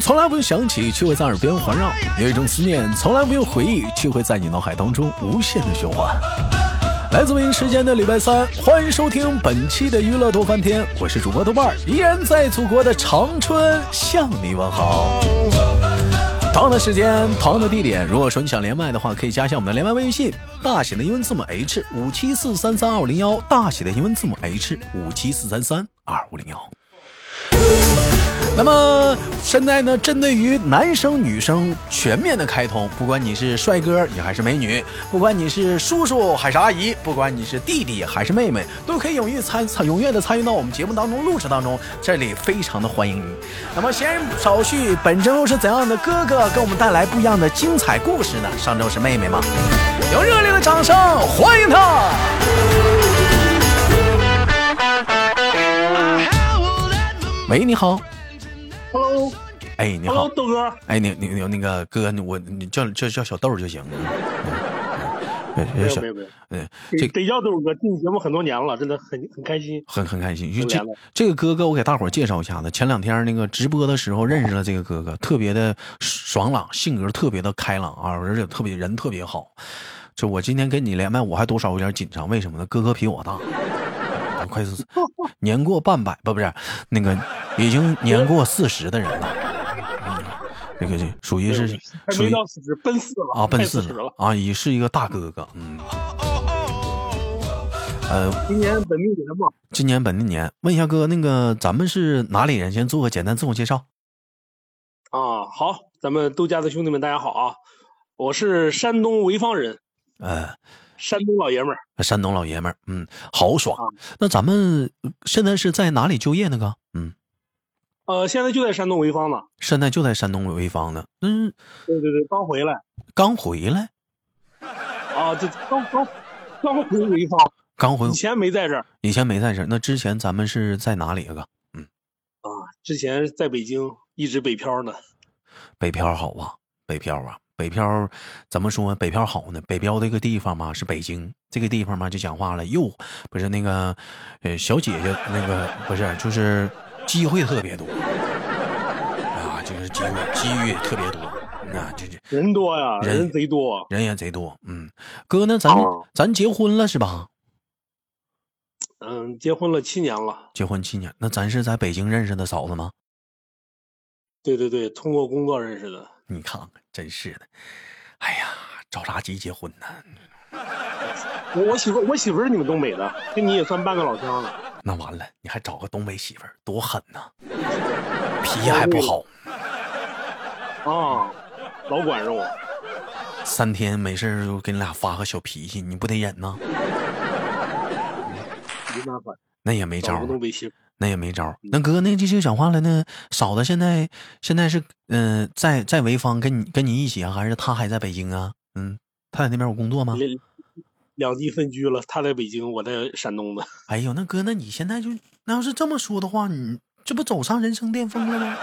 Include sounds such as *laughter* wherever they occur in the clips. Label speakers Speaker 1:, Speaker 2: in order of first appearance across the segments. Speaker 1: 从来不用想起，却会在耳边环绕；有一种思念，从来不用回忆，却会在你脑海当中无限的循环。来自北京时间的礼拜三，欢迎收听本期的娱乐多翻天，我是主播豆瓣儿，依然在祖国的长春向你问好。同样的时间，同样的地点，如果说你想连麦的话，可以加一下我们的连麦微信，大写的英文字母 H 五七四三三二五零幺，大写的英文字母 H 五七四三三二五零幺。那么现在呢，针对于男生女生全面的开通，不管你是帅哥，你还是美女，不管你是叔叔还是阿姨，不管你是弟弟还是妹妹，都可以踊跃参参踊跃的参与到我们节目当中录制当中，这里非常的欢迎你。那么闲言少叙，本周又是怎样的哥哥给我们带来不一样的精彩故事呢？上周是妹妹吗？用热烈的掌声欢迎她！喂，你好，
Speaker 2: Hello，Hello，
Speaker 1: 哎，你好。
Speaker 2: 豆哥，
Speaker 1: 哎，你你你那个哥，我你叫叫叫小豆儿就行了。嗯嗯
Speaker 2: 没
Speaker 1: 嗯
Speaker 2: 有
Speaker 1: 小
Speaker 2: 没有没有，
Speaker 1: 嗯，
Speaker 2: 得
Speaker 1: 这
Speaker 2: 得叫豆哥，听你节目很多年了，真的很很开心。
Speaker 1: 很很开心。就
Speaker 2: 无
Speaker 1: 这
Speaker 2: 聊了
Speaker 1: 这个哥哥，我给大伙儿介绍一下子。前两天那个直播的时候认识了这个哥哥，特别的爽朗，性格特别的开朗啊，而且特别人特别好。这我今天跟你连麦，我还多少有点紧张，为什么呢？哥哥比我大，我快是年过半百吧，不是那个已经年过四十的人了。嗯，这个这属于是
Speaker 2: 还
Speaker 1: 属
Speaker 2: 没
Speaker 1: 于
Speaker 2: 到四十，奔四了
Speaker 1: 啊，奔
Speaker 2: 快
Speaker 1: 四
Speaker 2: 十了。
Speaker 1: 啊，也是一个大哥哥，嗯，呃，
Speaker 2: 今年本命年嘛，
Speaker 1: 今年本命年，问一下哥，那个咱们是哪里人？先做个简单自我介绍。
Speaker 2: 啊，好，咱们豆家的兄弟们，大家好啊！我是山东潍坊人，
Speaker 1: 呃，
Speaker 2: 山东老爷们儿，
Speaker 1: 山东老爷们儿，嗯，豪爽。
Speaker 2: 啊
Speaker 1: 那咱们呃现在是在哪里就业呢？哥，嗯，
Speaker 2: 呃，现在就在山东潍坊呢。
Speaker 1: 现在就在山东潍坊呢。嗯，
Speaker 2: 对对对，刚回来
Speaker 1: 刚回来，
Speaker 2: 啊，这刚刚刚回潍坊，
Speaker 1: 刚回
Speaker 2: 以，前没在这儿
Speaker 1: 以前没在这儿。那之前咱们是在哪里啊？哥，
Speaker 2: 啊，之前在北京一直北漂呢。
Speaker 1: 北漂好啊，北漂啊，北漂怎么说？北漂好呢？北漂这个地方嘛，是北京这个地方嘛，就讲话了，又不是那个，呃，小姐姐那个不是，就是机会特别多 *laughs* 啊，就是机会机遇特别多，那就就
Speaker 2: 人多呀，
Speaker 1: 人
Speaker 2: 人贼多。
Speaker 1: 人也贼多。嗯，哥呢，咱、
Speaker 2: 哦
Speaker 1: 咱结婚了是吧？
Speaker 2: 嗯，结婚了七年了。
Speaker 1: 结婚七年，那咱是在北京认识的嫂子吗？
Speaker 2: 对对对，通过工作认识的。
Speaker 1: 你看看，真是的，哎呀，着啥急结婚呢？
Speaker 2: 我我媳妇我媳妇儿是你们东北的，跟你也算半个老乡了。
Speaker 1: 那完了，你还找个东北媳妇儿，多狠呐、脾气还不好，
Speaker 2: 啊，老管着我。
Speaker 1: 三天没事儿就给你俩发个小脾气，你不得忍呐？
Speaker 2: 没办法，
Speaker 1: 那也没招
Speaker 2: 找
Speaker 1: 儿
Speaker 2: 个，东北媳妇儿。
Speaker 1: 那也没招儿。那哥，那这就讲话了，那嫂子现在现在是嗯、呃在在潍坊跟你跟你一起啊，还是她还在北京啊？嗯，她在那边有工作吗？
Speaker 2: 两两地分居了，他在北京，我在山东的。
Speaker 1: 哎呦，那哥，那你现在就那要是这么说的话，你这不走上人生巅峰了吗？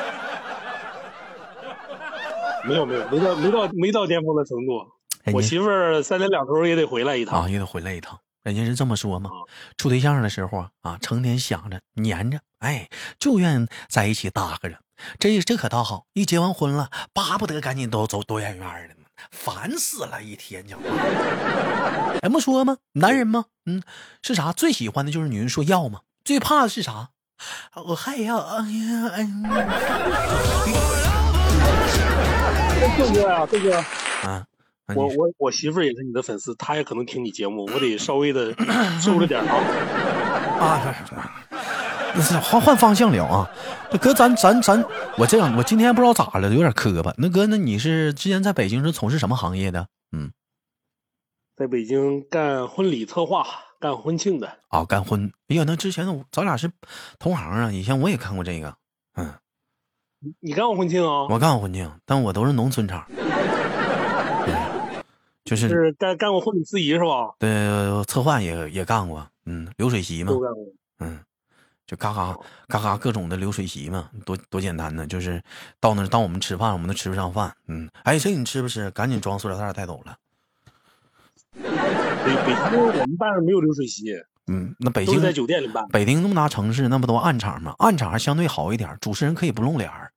Speaker 2: 没有没有，没到没到没到巅峰的程度。
Speaker 1: 哎
Speaker 2: 我
Speaker 1: 你
Speaker 2: 媳妇儿三天两头也得回来一趟。
Speaker 1: 啊，也得回来一趟。人家是这么说嘛
Speaker 2: 啊，
Speaker 1: 处对象的时候啊，啊，成天想着粘着，哎，就愿在一起搭个着。这这可倒好，一结完婚了，巴不得赶紧都走多远远的，烦死了，一天 *laughs* 讲话。咱不说吗？男人吗？嗯，是啥？最喜欢的就是女人说要嘛，最怕的是啥？我还要，哎呀，哎呀，
Speaker 2: 豆哥呀，豆哥，
Speaker 1: 啊，那你
Speaker 2: 我我我媳妇儿也是你的粉丝，她也可能听你节目，我得稍微的 *laughs* 收着点儿
Speaker 1: 啊，
Speaker 2: 啊。
Speaker 1: 不是不是不是，换换方向聊啊。那哥，咱咱咱，我这样，我今天不知道咋了，有点磕巴。那哥，那你是之前在北京是从事什么行业的？嗯，
Speaker 2: 在北京干婚礼策划，干婚庆的。
Speaker 1: 啊，干婚。哎呀，那之前咱俩是同行啊，以前我也干过这个。嗯，
Speaker 2: 你干过婚庆啊？
Speaker 1: 我干过婚庆，但我都是农村场。嗯就是
Speaker 2: 是干干过婚礼司仪是吧？
Speaker 1: 对呃策划也也干过，嗯，流水席嘛
Speaker 2: 都，干过。
Speaker 1: 嗯，就嘎嘎
Speaker 2: 哦
Speaker 1: 嘎嘎各种的流水席嘛，多多简单呢，就是到那儿当我们吃饭，我们都吃不上饭，嗯，哎，这你吃不吃？赶紧装塑料袋儿带走了，
Speaker 2: 北北京我们办没有流水席，
Speaker 1: 嗯，那北
Speaker 2: 都
Speaker 1: 京
Speaker 2: 是在酒店里办。
Speaker 1: 北京那么大城市，那不都暗场吗？暗场还相对好一点，主持人可以不露脸儿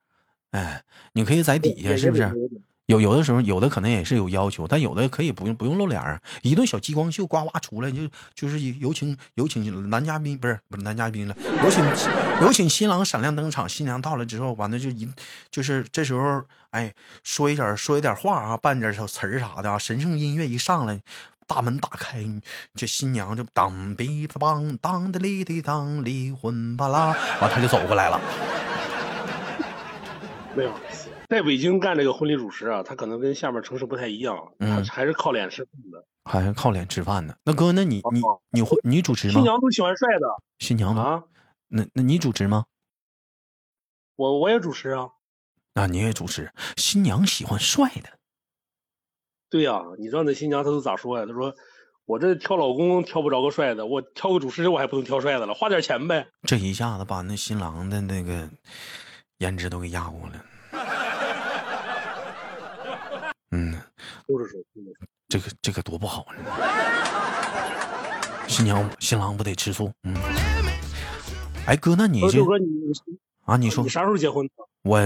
Speaker 1: 哎，你可以在底下是不是？有有的时候，有的可能也是有要求，但有的可以不用不用露脸儿，一顿小激光秀，呱呱出来就就是有请有请男嘉宾，不是不是男嘉宾了，有请有请新郎闪亮登场，新娘到了之后，完了就一就是这时候，哎，说一点说一点话啊，办点小词儿啥的啊，神圣音乐一上来，大门打开，这新娘就当滴当当的哩滴当，离婚吧啦，完他就走过来了，
Speaker 2: 没有，在北京干这个婚礼主持啊，他可能跟下面城市不太一样，他
Speaker 1: 嗯
Speaker 2: 还是靠脸吃饭的。
Speaker 1: 还是靠脸吃饭呢。那哥，那你你你会你主持吗
Speaker 2: 哦新？娘都喜欢帅的
Speaker 1: 新娘吗？
Speaker 2: 啊，
Speaker 1: 那那你主持吗？
Speaker 2: 我我也主持啊。
Speaker 1: 啊，你也主持。新娘喜欢帅的，
Speaker 2: 对呀、你知道那新娘她都咋说呀、她说：“我这挑老公挑不着个帅的，我挑个主持人我还不能挑帅的了，花点钱呗。
Speaker 1: 这一下子把那新郎的那个颜值都给压过了。嗯，”
Speaker 2: 都是说，嗯
Speaker 1: 这个这个多不好呢。新娘新郎不得吃醋？嗯。哎哥，那你
Speaker 2: 说
Speaker 1: 这
Speaker 2: 呃六哥你你
Speaker 1: 啊，你说
Speaker 2: 你啥时候结婚的？
Speaker 1: 我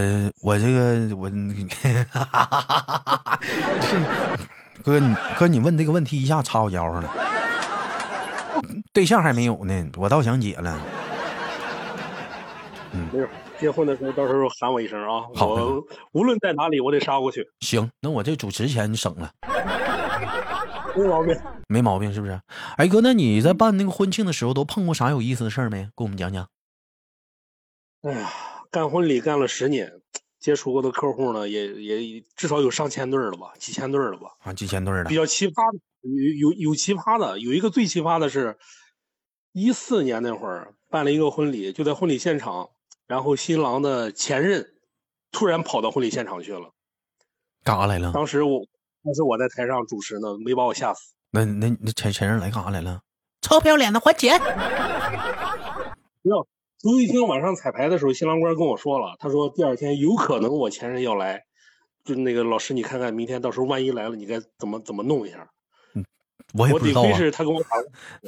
Speaker 1: 我这个我， *laughs* 哥你哥你问这个问题一下插我腰上了，对象还没有呢，我倒想姐了。
Speaker 2: 没有，结婚的时候到时候喊我一声啊，
Speaker 1: 嗯好
Speaker 2: 我无论在哪里我得杀过
Speaker 1: *laughs*
Speaker 2: 去，
Speaker 1: 行，那我这主持钱省了，
Speaker 2: 没毛病。
Speaker 1: 没毛病，是不是？哎哥，那你在办那个婚庆的时候都碰过啥有意思的事儿没？给我们讲讲。
Speaker 2: 哎呀，干婚礼干了十年，接触过的客户呢，也也至少有上千对儿了吧，几千对儿了吧。
Speaker 1: 啊，几千对儿
Speaker 2: 比
Speaker 1: 的，
Speaker 2: 较奇葩的，有有有奇葩的，有一个最奇葩的是，一四年那会儿办了一个婚礼，就在婚礼现场，然后新郎的前任突然跑到婚礼现场去了。
Speaker 1: 干啥来了？
Speaker 2: 当时我，当时我在台上主持呢，没把我吓死。
Speaker 1: 那那那前前任来干啥来了？臭不要脸的还钱！
Speaker 2: 头一天晚上彩排的时候，新郎官跟我说了，他说第二天有可能我前任要来，就那个老师，你看看明天到时候万一来了，你该怎么怎么弄一下。
Speaker 1: 我也
Speaker 2: 我
Speaker 1: 不知
Speaker 2: 得
Speaker 1: 道
Speaker 2: 亏
Speaker 1: 啊。
Speaker 2: 是他跟我打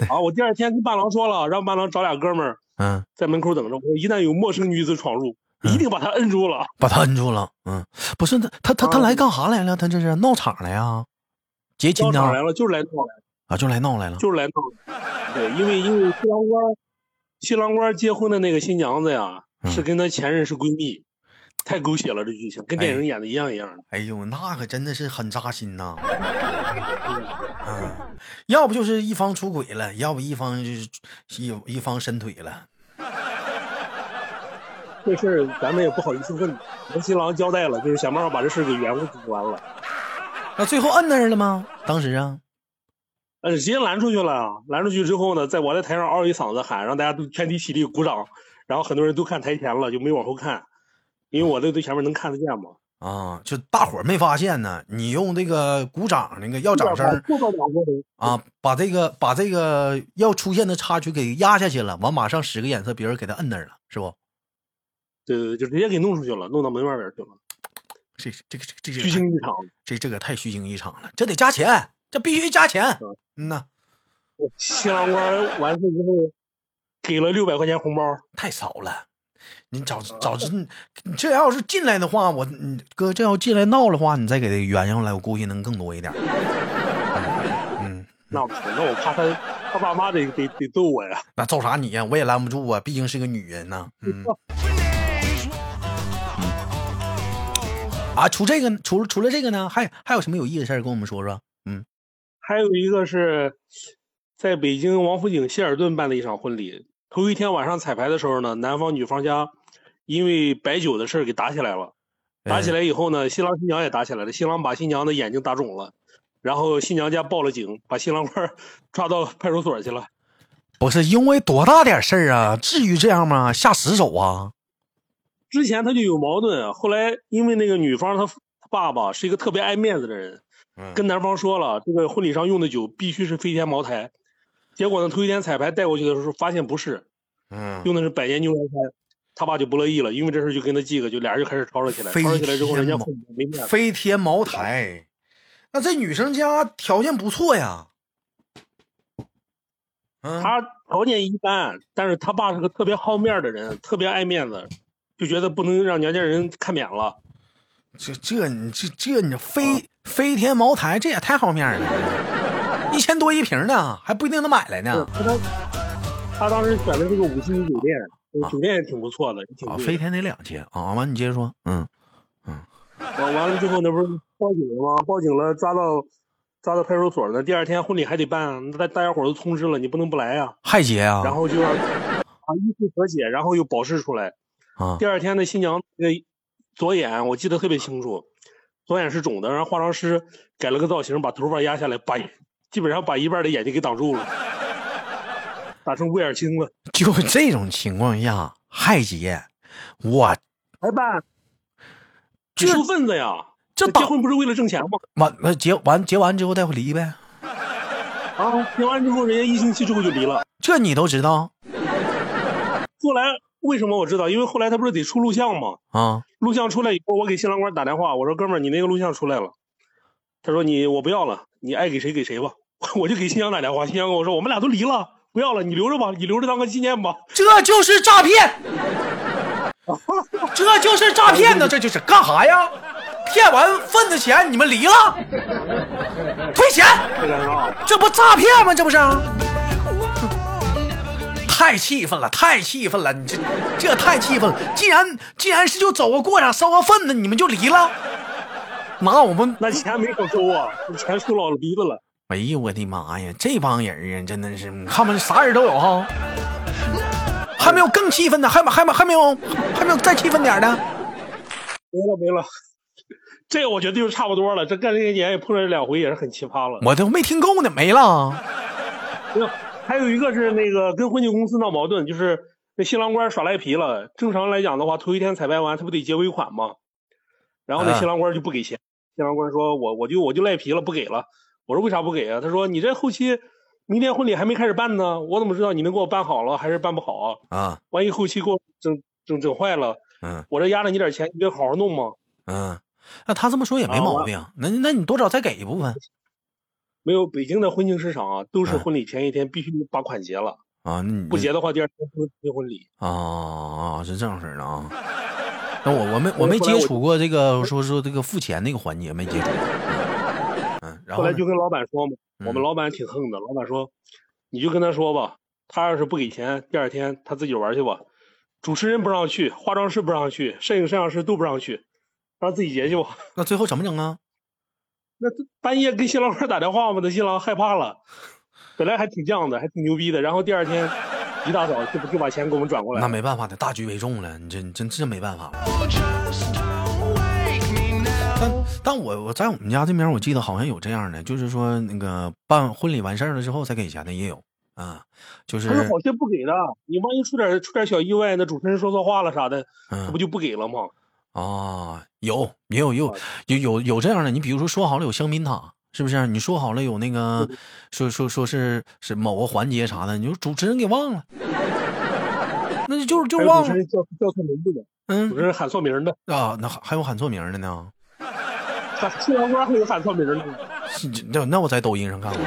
Speaker 2: 过啊，我第二天跟伴郎说了，让伴郎找俩哥们儿。
Speaker 1: 嗯，
Speaker 2: 在门口等着。我说一旦有陌生女子闯入，
Speaker 1: 嗯
Speaker 2: 一定把她摁
Speaker 1: *laughs*
Speaker 2: 住了。
Speaker 1: 把他摁住了。嗯，不是他他他他
Speaker 2: 啊
Speaker 1: 来干啥来了？他这是闹场来呀？结亲
Speaker 2: 到
Speaker 1: 呢
Speaker 2: 场？来了，就是来闹来，
Speaker 1: 啊，就来闹来了。
Speaker 2: 就是来闹来。对，因为因为新郎官，新郎官结婚的那个新娘子呀，
Speaker 1: 嗯
Speaker 2: 是跟她前任是闺蜜，太狗血了这剧情，跟电影演的一样一样的。
Speaker 1: 哎呦，那可真的是很扎心呐、嗯，要不就是一方出轨了，要不一方就是一一方伸腿了。
Speaker 2: 这事儿咱们也不好意思问，跟新郎交代了，就是想办法把这事儿给圆过去完了。
Speaker 1: 那最后摁那儿了吗？当时啊，
Speaker 2: 嗯，直接拦出去了啊。拦出去之后呢，在我在台上嗷一嗓子喊，让大家都全体起立鼓掌，然后很多人都看台前了，就没往后看，因为我这对前面能看得见嘛。
Speaker 1: 啊，就大伙儿没发现呢。你用这个鼓掌那个要掌声儿
Speaker 2: 做到两个人
Speaker 1: 啊，把这个把这个要出现的插曲给压下去了，完马上使个眼色，别人给他摁那儿了，是不？
Speaker 2: 对对对，就直接给弄出去了，弄到门外边去了，
Speaker 1: 这这个这个这个
Speaker 2: 虚惊一场。
Speaker 1: 这这个太虚惊一场了，这得加钱，这必须加钱。嗯呐，
Speaker 2: 新郎官完事之后，给了六百块钱红包，
Speaker 1: 太少了。你早早知你这要是进来的话，我你哥这要进来闹的话，你再给他圆上来，我估计能更多一点。嗯，
Speaker 2: 那我那我怕他他爸妈得得得揍我呀。
Speaker 1: 那揍啥你呀？我也拦不住啊，毕竟是个女人呐。嗯。啊，除这个，除除了这个呢，还还有什么有意思的事儿跟我们说说？嗯，
Speaker 2: 还有一个是在北京王府井希尔顿办的一场婚礼，头一天晚上彩排的时候呢，男方女方家因为白酒的事儿给打起来了。打起
Speaker 1: 来
Speaker 2: 来以后呢，新郎新娘也打起来了，新郎把新娘的眼睛打肿了，然后新娘家报了警，把新郎官儿 *laughs* 抓到派出所去了。
Speaker 1: 不是因为多大点事儿啊？至于这样吗？下死手啊？
Speaker 2: 之前他就有矛盾啊，后来因为那个女方她她爸爸是一个特别爱面子的人，
Speaker 1: 嗯
Speaker 2: 跟男方说了这个婚礼上用的酒必须是飞天茅台，结果呢头一天彩排带过去的时候发现不是，
Speaker 1: 嗯，
Speaker 2: 用的是百年牛栏山，他爸就不乐意了，因为这事儿就跟他记个，就俩人就开始吵吵起来，
Speaker 1: 飞
Speaker 2: 吵吵起来之后
Speaker 1: 天
Speaker 2: 人家
Speaker 1: 茅
Speaker 2: 父母没面子，
Speaker 1: 飞天茅台，那这女生家条件不错呀。嗯，
Speaker 2: 他条件一般，但是他爸是个特别好面儿的人，特别爱面子，就觉得不能让娘家人看扁了。
Speaker 1: 这这你这这你飞、飞天茅台，这也太好面了，一千多一瓶呢，还不一定能买来呢。
Speaker 2: 嗯他当他当时选的这个五星级酒店，这个酒店也挺不错的，也挺
Speaker 1: 啊，
Speaker 2: 贵
Speaker 1: 飞
Speaker 2: 的。
Speaker 1: 天得两千啊，完你接着说，嗯，
Speaker 2: 完完了之后，那不是报警了吗？报警了，抓到抓到派出所呢。第二天婚礼还得办，啊大大家伙儿都通知了，你不能不来呀、
Speaker 1: 嗨姐啊，
Speaker 2: 然后就要啊一次和解，然后又保释出来。
Speaker 1: 啊
Speaker 2: 第二天的新娘那个左眼，我记得特别清楚，左眼是肿的，然后化妆师改了个造型，把头发压下来，把基本上把一半的眼睛给挡住了，打成乌眼青了。
Speaker 1: 就这种情况下，嗨姐，我
Speaker 2: 还办？
Speaker 1: 哎这
Speaker 2: 你是份子呀！
Speaker 1: 这
Speaker 2: 结
Speaker 1: 打
Speaker 2: 婚不是为了挣钱吗？
Speaker 1: 完那结完结完之后再离呗，
Speaker 2: 啊，结完之后，人家一星期之后就离了。
Speaker 1: 这你都知道
Speaker 2: 后来为什么我知道？因为后来他不是得出录像吗？
Speaker 1: 啊？
Speaker 2: 录像出来以后，我给新郎官打电话，我说：“哥们儿，你那个录像出来了。”他说：“你我不要了，你爱给谁给谁吧。” *laughs* 我就给新娘打电话，新娘跟我说：“我们俩都离了，不要了，你留着吧，你留着当个纪念吧。
Speaker 1: 这就是诈骗，这就是诈骗呢，这就是干啥呀？骗完份子钱，你们离了，退钱，”
Speaker 2: 这个啊， *laughs*
Speaker 1: 这不诈骗吗？这不是？啊太气愤了，太气愤了！你这这太气愤了！既然既然是就走个过场，收个份子，你们就离了？妈，我们
Speaker 2: 那钱没少收啊，钱收老鼻子了。
Speaker 1: 哎呦我的妈呀，这帮人啊，真的是，他们啥人都有哈。还没有更气愤的，还没还没还没有，还没有再气愤点的。
Speaker 2: 没了没了，这个我觉得就差不多了。这干这些年也碰上两回，也是很奇葩了。
Speaker 1: 我都没听够呢，没了。
Speaker 2: 没有还有一个是那个跟婚介公司闹矛盾，就是那新郎官耍赖皮了。正常来讲的话，头一天彩排完，他不得结尾款吗？然后那
Speaker 1: 啊
Speaker 2: 新郎官就不给钱，新郎官说我我就我就赖皮了，不给了。我说为啥不给啊？他说你这后期明天婚礼还没开始办呢，我怎么知道你能给我办好了还是办不好啊？
Speaker 1: 啊，
Speaker 2: 万一后期给我整整整坏了，
Speaker 1: 嗯
Speaker 2: 我这压着你点钱，你得好好弄嘛。
Speaker 1: 嗯，那他这么说也没
Speaker 2: 啊
Speaker 1: 毛
Speaker 2: 我
Speaker 1: 病。那那你多少再给一部分
Speaker 2: 没有北京的婚庆市场啊，都是
Speaker 1: 嗯
Speaker 2: 婚礼前一天必须把款结了，
Speaker 1: 啊？你
Speaker 2: 不结的话第二天不能结婚礼。
Speaker 1: 啊啊，是这样式的啊。那我我没我没
Speaker 2: 后来
Speaker 1: 接
Speaker 2: 我
Speaker 1: 触过这个说说这个付钱那个环节没接触过。嗯，然
Speaker 2: 后
Speaker 1: 后
Speaker 2: 来
Speaker 1: 呢
Speaker 2: 就跟老板说嘛，我
Speaker 1: 嗯
Speaker 2: 们老板挺横的，老板说，你就跟他说吧，他要是不给钱，第二天他自己玩去吧。主持人不让去，化妆师不让去，摄影摄像师都不让去，让自己结去吧。
Speaker 1: 那最后怎么整啊？
Speaker 2: 那这半夜跟新郎官打电话嘛，那新郎害怕了，本来还挺犟的，还挺牛逼的，然后第二天一大早就就把钱给我们转过来
Speaker 1: 那
Speaker 2: 了。
Speaker 1: 没办法的，大局为重了，你这你真真没办法了。但但我我在我们家这边，我记得好像有这样的，就是说那个办婚礼完事儿了之后再给钱的也有啊，就是
Speaker 2: 他说好些不给的，你万一出点出点小意外，那主持人说错话了啥的，
Speaker 1: 嗯
Speaker 2: 他不就不给了吗？
Speaker 1: 啊，有也有也有有有有这样的，你比如说说好了有香槟塔，是不是？你说好了有那个，说说说是是某个环节啥的，你说主持人给忘了， *laughs* 那就就是就
Speaker 2: 还
Speaker 1: 是
Speaker 2: 有
Speaker 1: 忘
Speaker 2: 主持
Speaker 1: 了，
Speaker 2: 人叫叫错名字的，主
Speaker 1: 嗯
Speaker 2: 持人喊错名的。
Speaker 1: 啊，那还还有喊错名儿的呢， *laughs*
Speaker 2: 喊新郎官会有喊错名 *laughs* 的吗？
Speaker 1: 是那那我在抖音上看过。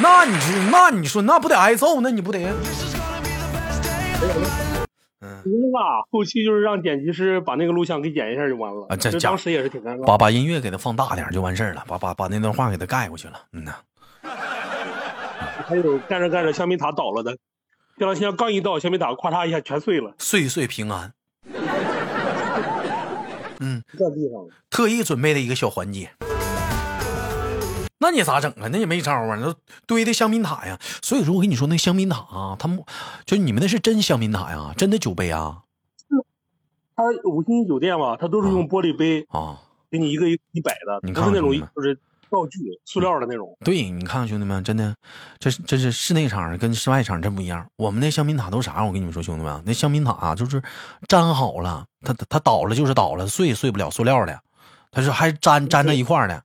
Speaker 1: 那你说，那你说，那不得挨揍？那你不得？嗯，
Speaker 2: 行吧，后期就是让剪辑师把那个录像给剪一下就完了。
Speaker 1: 啊这家
Speaker 2: 当时也是挺尴尬。
Speaker 1: 把把音乐给它放大点儿就完事儿了，把把把那段话给它盖过去了。嗯呐，
Speaker 2: 还有干着干着香槟塔倒了的，新郎新娘刚一到，香槟塔咵嚓一下全碎了，
Speaker 1: 岁岁平安，
Speaker 2: 掉地上了。
Speaker 1: 特意准备的一个小环节。那你咋整啊？那也没招啊，那堆的香槟塔呀。所以说我跟你说，那香槟塔啊，他们就你们那是真香槟塔呀，真的酒杯啊
Speaker 2: 他五星级酒店嘛，他都是用玻璃杯
Speaker 1: 啊。
Speaker 2: 给你一个一个一摆的，
Speaker 1: 你
Speaker 2: 不
Speaker 1: 看
Speaker 2: 是那种
Speaker 1: 看看
Speaker 2: 就是道具塑料的那种。
Speaker 1: 对，你看啊兄弟们，真的，这是这是室内场跟室外场真不一样。我们那香槟塔都啥样？我跟你们说，兄弟们，那香槟塔啊、就是粘好了，它它它倒了就是倒了，碎也碎不了，塑料的，它是还粘粘在一块儿的。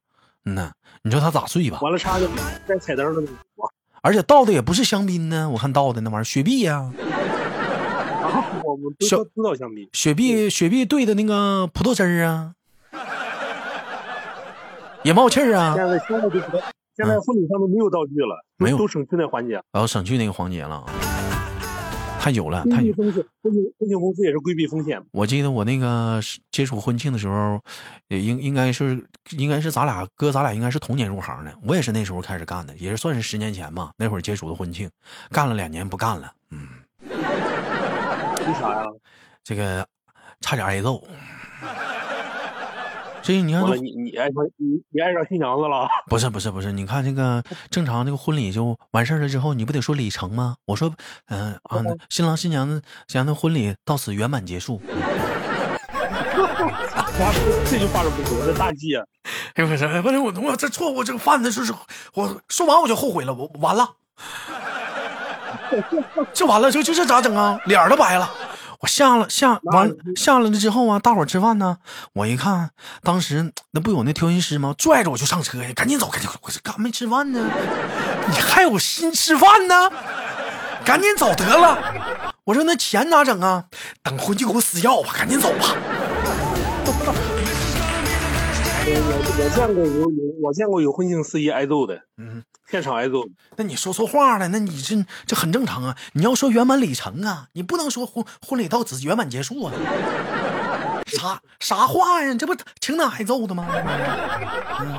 Speaker 1: 嗯呐，你说它咋碎吧？
Speaker 2: 完了插的带彩灯的那种，
Speaker 1: 而且倒的也不是香槟呢，我看倒的那玩意儿雪碧呀、
Speaker 2: 啊，我们都
Speaker 1: 小
Speaker 2: 都知道香槟。
Speaker 1: 雪碧雪碧兑的那个葡萄汁儿啊，也冒气儿啊
Speaker 2: 现。在现在就是，现在婚礼上面没有道具了，
Speaker 1: 没有哎
Speaker 2: 都都省去那环节。
Speaker 1: 然后省去那个环节了。啊太有了，
Speaker 2: 规
Speaker 1: 太
Speaker 2: 避
Speaker 1: 有。
Speaker 2: 风险，婚庆婚庆公司也是规避风险。
Speaker 1: 我记得我那个是接触婚庆的时候，也应应该是应该是咱俩哥咱俩应该是同年入行的，我也是那时候开始干的，也是算是十年前吧。那会儿接触的婚庆，干了两年不干了，嗯，
Speaker 2: 为啥呀？
Speaker 1: 这个差点挨揍。这你看
Speaker 2: 完
Speaker 1: 都
Speaker 2: 了，你你爱上你你爱上新娘子了？
Speaker 1: 不是不是不是，你看这个正常这个婚礼就完事儿了之后，你不得说礼成吗？我说，嗯、
Speaker 2: 哦
Speaker 1: 啊，新郎新娘子新娘的婚礼到此圆满结束。
Speaker 2: 哇， *laughs* 这句话是不行，这大忌啊！
Speaker 1: 哎不是，不是我我这错误这个犯的就是我说完我就后悔了，我完了，这完了就就这咋整啊？脸儿都白了。我下了下完下来了之后啊，大伙儿吃饭呢，我一看，当时那不有那调音师吗？拽着我就上车呀，赶紧走，赶紧走，我这刚没吃饭呢， *laughs* 你还有心吃饭呢？赶紧走得了。我说那钱咋整啊？等回去给我私要吧，赶紧走吧。
Speaker 2: 我我见过有有我见过有婚庆司仪挨揍的，
Speaker 1: 嗯，
Speaker 2: 现场挨揍。
Speaker 1: 那你说错话了，那你这这很正常啊。你要说圆满礼成啊，你不能说婚婚礼到此圆满结束啊。 *laughs* 啥啥话呀？这不请打挨揍的吗？嗯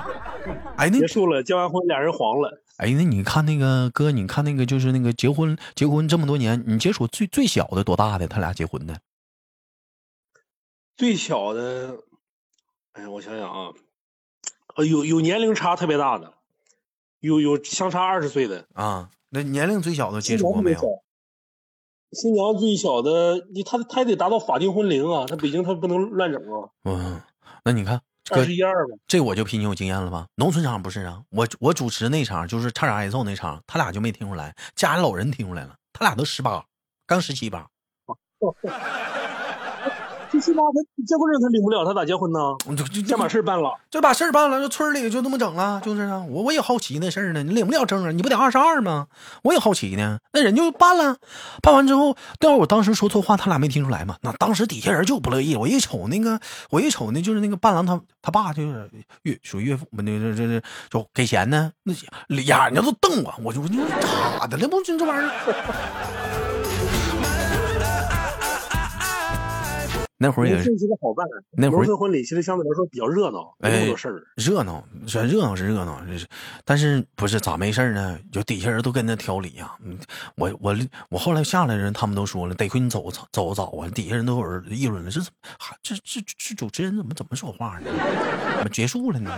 Speaker 1: 哎，那
Speaker 2: 结束了，结完婚俩人黄了。
Speaker 1: 哎，那你看那个哥，你看那个就是那个结婚结婚这么多年，你接触最最小的多大的？他俩结婚的？
Speaker 2: 最小的，哎呀，我想想啊，呃，有有年龄差特别大的，有有相差二十岁的，
Speaker 1: 啊，那年龄最小的接触过没有？？
Speaker 2: 新娘最小的，你他他也得达到法定婚龄啊，他北京他不能乱整啊，
Speaker 1: 嗯，那你看哥
Speaker 2: 二十一二吧。
Speaker 1: 这我就比你有经验了吧？农村场不是啊，我我主持那场就是差点挨揍那场，他俩就没听出来，家里老人听出来了，他俩都十八，刚十七八，
Speaker 2: 这新郎他结婚证他领不了，他咋结婚呢？
Speaker 1: 就就
Speaker 2: 先把
Speaker 1: 就
Speaker 2: 事儿办了，
Speaker 1: 就把事儿办了，就村里就这么整了，就是啊，我我也好奇那事儿呢，你领不了证啊，你不得二十二吗？我也好奇呢，那人就办了，办完之后，但是我当时说错话，他俩没听出来嘛，那当时底下人就不乐意，我一瞅那个，我一瞅那就是那个伴郎他他爸就是岳属于岳父，不那这这这就给钱呢，那眼睛都瞪我，我就我就咋的了不这这玩意儿。 *laughs* 那会儿也
Speaker 2: 农
Speaker 1: 是
Speaker 2: 村其实好办，
Speaker 1: 那会儿
Speaker 2: 农村婚礼其实相对来说比较热闹，没那么多事儿。
Speaker 1: 热闹，说热闹是热闹，这是，但是不是咋没事儿呢？就底下人都跟着挑理呀、嗯我我我后来下来人，他们都说了，得亏你走早走得早啊！底下人都有人议论了，这怎么还这这这这主持人怎么怎么说话呢？ *laughs* 怎么结束了呢？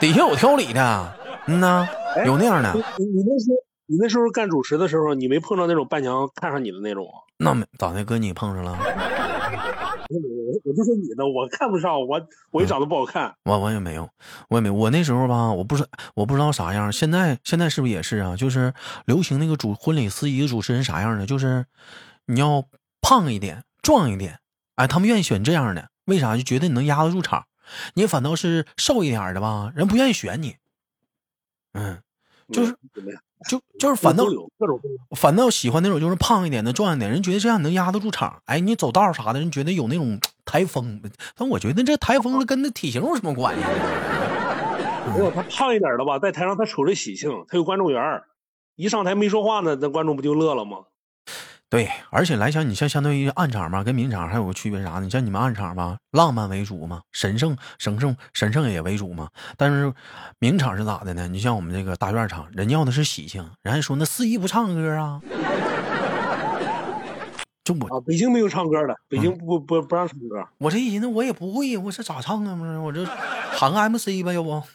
Speaker 1: 底下有挑理的，嗯呐，有那样的，
Speaker 2: 你你那时候你那时候干主持的时候，你没碰到那种伴娘看上你的那种啊？
Speaker 1: 那没咋的，哥你碰上了，
Speaker 2: *laughs* 我我就说你呢，我看不上，我我也长得不好看，
Speaker 1: 我我也没有，我也没有，我那时候吧，我不是我不知道啥样，现在现在是不是也是啊？就是流行那个主婚礼司仪的主持人啥样的，就是你要胖一点、壮一点，哎，他们愿意选这样的，为啥？就觉得你能压得住场，你反倒是瘦一点儿的吧，人不愿意选你，嗯，就是
Speaker 2: 怎么样？
Speaker 1: 就就是反倒
Speaker 2: 都有各种各样
Speaker 1: 反倒喜欢那种就是胖一点的、壮一点，人觉得这样能压得住场。哎，你走道儿啥的，人觉得有那种台风，但我觉得这台风跟那体型有什么关系？啊
Speaker 2: 没有他胖一点的吧，在台上他瞅着喜庆，他有观众缘儿一上台没说话呢，那观众不就乐了吗？
Speaker 1: 对，而且来讲，你像相对于暗场嘛，跟明场还有个区别是啥呢？你像你们暗场吧，浪漫为主嘛，神圣、神圣、神圣也为主嘛。但是明场是咋的呢？你像我们这个大院场，人要的是喜庆，人还说那司仪不唱歌啊。就我
Speaker 2: 啊，北京没有唱歌的，北京不不不不让唱歌。
Speaker 1: 我这一寻思，我也不会，我这咋唱啊？不是，我这喊个 MC 吧，要不？ *laughs*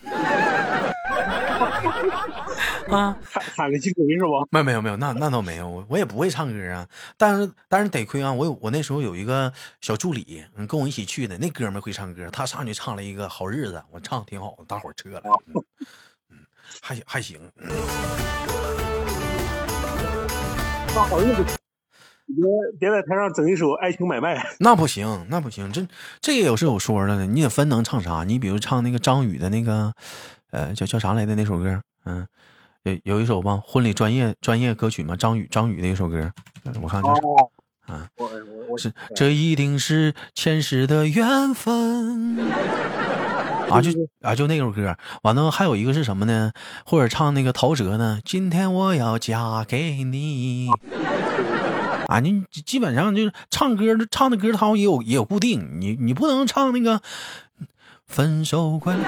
Speaker 1: 啊，
Speaker 2: 喊喊个金龟是吧？ *laughs*
Speaker 1: 没有没有没有，那那倒没有，我我也不会唱歌啊，但是但是得亏啊，我有我那时候有一个小助理，嗯，跟我一起去的，那哥们儿会唱歌，他上去唱了一个好日子，我唱得挺好，大伙儿撤了，嗯，嗯还行还行，
Speaker 2: 那好意思，你别别在台上整一首《爱情买卖》，
Speaker 1: 那不行那不行，这这也有是有说的呢，你得分能唱啥，你比如唱那个张宇的那个，呃，叫叫啥来的那首歌，嗯，有有一首吧，婚礼专业专业歌曲嘛，张宇张宇的一首歌，嗯我看叫啥
Speaker 2: 哦，
Speaker 1: 啊
Speaker 2: 我我我
Speaker 1: 是，这一定是前世的缘分。啊，就啊，就那首歌，完了还有一个是什么呢？或者唱那个陶喆呢？今天我要嫁给你，啊，你基基本上就是唱歌的唱的歌，它也有也有固定，你你不能唱那个分手快乐，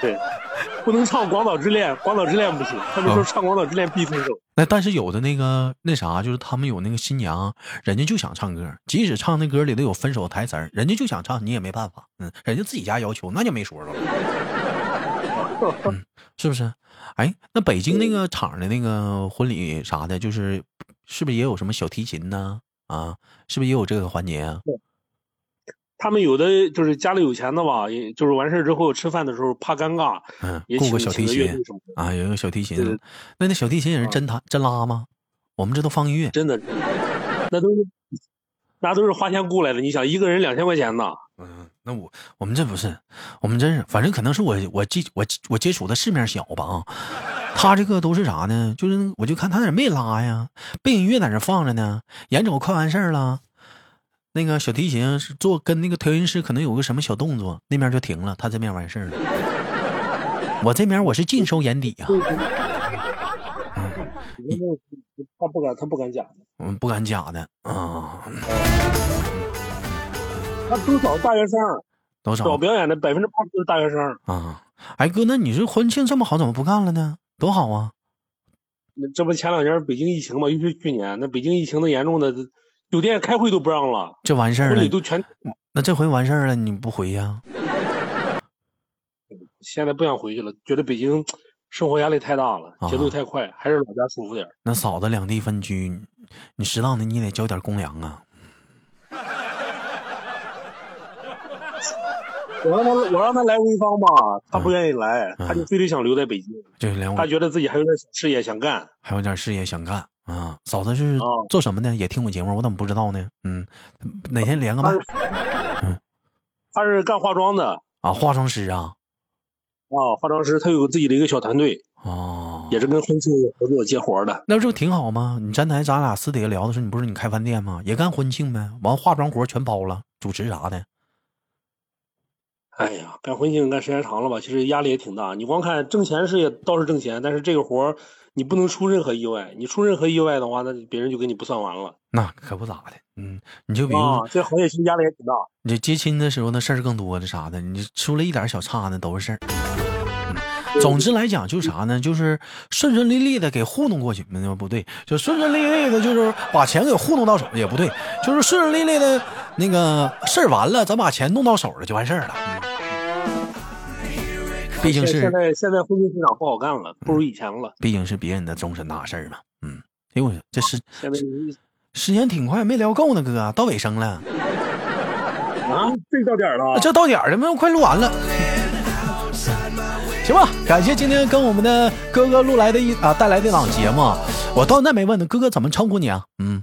Speaker 2: 对，不能唱《广岛之恋》，《广岛之恋》不行，
Speaker 1: 啊
Speaker 2: 他们说唱《广岛之恋》必分手。
Speaker 1: 那但是有的那个那啥，就是他们有那个新娘，人家就想唱歌，即使唱那歌里头有分手台词儿，人家就想唱，你也没办法，嗯，人家自己家要求，那就没说了，嗯，是不是？哎，那北京那个厂的那个婚礼啥的，就是是不是也有什么小提琴呢？啊，是不是也有这个环节啊？
Speaker 2: 他们有的就是家里有钱的吧，也就是完事儿之后吃饭的时候怕尴尬，
Speaker 1: 嗯
Speaker 2: 也，
Speaker 1: 雇
Speaker 2: 请
Speaker 1: 个小
Speaker 2: 请
Speaker 1: 提
Speaker 2: 个乐
Speaker 1: 琴
Speaker 2: 队什么的。
Speaker 1: 啊，有一个小提
Speaker 2: 对
Speaker 1: 琴
Speaker 2: 对，
Speaker 1: 那那小提琴也是真弹真拉吗？我们这都放音乐，
Speaker 2: 真的，真的那都是那都是花钱雇来的。你想，一个人两千块
Speaker 1: *laughs*
Speaker 2: 钱呢？
Speaker 1: 嗯，那我我们这不是，我们真是，反正可能是我我接我我接触的世面小吧啊，他这个都是啥呢？就是我就看他咋没拉呀，背景音乐在那放着呢，眼瞅快完事儿了，那个小提琴是做跟那个调音师可能有个什么小动作，那边就停了，他这边完事儿了，我这边我是尽收眼底啊，
Speaker 2: 嗯他不敢，他不敢讲。
Speaker 1: 我嗯不敢假的啊，
Speaker 2: 他多少大学生，
Speaker 1: 多少
Speaker 2: 搞表演的百分之八十是大学生。
Speaker 1: 啊？哎哥，那你这婚庆这么好，怎么不干了呢？多好啊！
Speaker 2: 这不前两年北京疫情嘛，尤其去年那北京疫情的严重的，酒店开会都不让了，
Speaker 1: 这完事儿
Speaker 2: 婚
Speaker 1: 了
Speaker 2: 礼，都全。
Speaker 1: 那这回完事儿了，你不回呀、
Speaker 2: 现在不想回去了，觉得北京生活压力太大了，节奏
Speaker 1: 啊
Speaker 2: 太快，还是老家舒服点儿。
Speaker 1: 那嫂子两地分居，你你适当的你也得交点公粮啊。
Speaker 2: 我让他，我让他来潍坊吧，他不愿意来，
Speaker 1: 嗯
Speaker 2: 他就非得想留在北京，
Speaker 1: 这连
Speaker 2: 他
Speaker 1: 我
Speaker 2: 觉得自己还有点小事业想干。
Speaker 1: 还有点事业想干啊。嫂子是
Speaker 2: 哦
Speaker 1: 做什么的？也听我节目，我怎么不知道呢？嗯，哪天连个麦
Speaker 2: 他是他是干化妆的
Speaker 1: 啊？化妆师啊？
Speaker 2: 啊，化妆师，他有自己的一个小团队，
Speaker 1: 哦，
Speaker 2: 也是跟婚庆合作接活的。
Speaker 1: 那这不挺好吗？你站台咱俩私底下聊的时候，你不是你开饭店吗？也干婚庆呗，完化妆活全包了，主持啥的。
Speaker 2: 哎呀，干婚庆干时间长了吧，其实压力也挺大。你光看挣钱是也倒是挣钱，但是这个活儿你不能出任何意外，你出任何意外的话，那别人就给你不算完了
Speaker 1: 那可不咋的，嗯，你就比如
Speaker 2: 啊。这行业其实压力也挺大。
Speaker 1: 你接亲的时候那事儿更多的啥的，你出了一点小岔呢都是事儿。嗯总之来讲就是啥呢？就是顺顺利利的给糊弄过去，嗯，不对，就顺顺利利的，就是把钱给糊弄到手也不对，就是顺顺利利的那个事儿完了，咱把钱弄到手了就完事儿了。嗯毕竟是
Speaker 2: 现
Speaker 1: 嗯
Speaker 2: 现在现在婚庆市场不好干了，不如以前了。
Speaker 1: 毕竟是别人的终身大事儿嘛，嗯，哎呦我这时
Speaker 2: 现在
Speaker 1: 时间挺快，没聊够呢，哥，到尾声了。
Speaker 2: 啊，这到点儿了
Speaker 1: 啊这到点儿了，没有快录完了。行吧，感谢今天跟我们的哥哥录来的一啊带来的档节目啊，我到现在没问呢，哥哥怎么称呼你啊？嗯，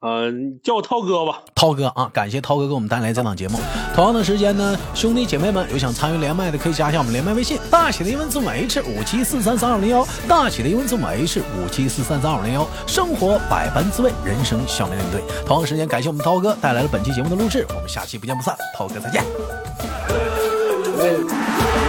Speaker 2: 嗯、叫我涛哥吧。
Speaker 1: 涛哥啊，感谢涛哥给我们带来这档节目。同样的时间呢，兄弟姐妹们有想参与连麦的，可以加一下我们连麦微信，大写的英文字母 H 五七四三三二零幺，大写的英文字母 H 五七四三三二零幺。生活百般滋味，人生笑面面对。同样时间，感谢我们涛哥带来了本期节目的录制，我们下期不见不散，涛哥再见。
Speaker 2: 哎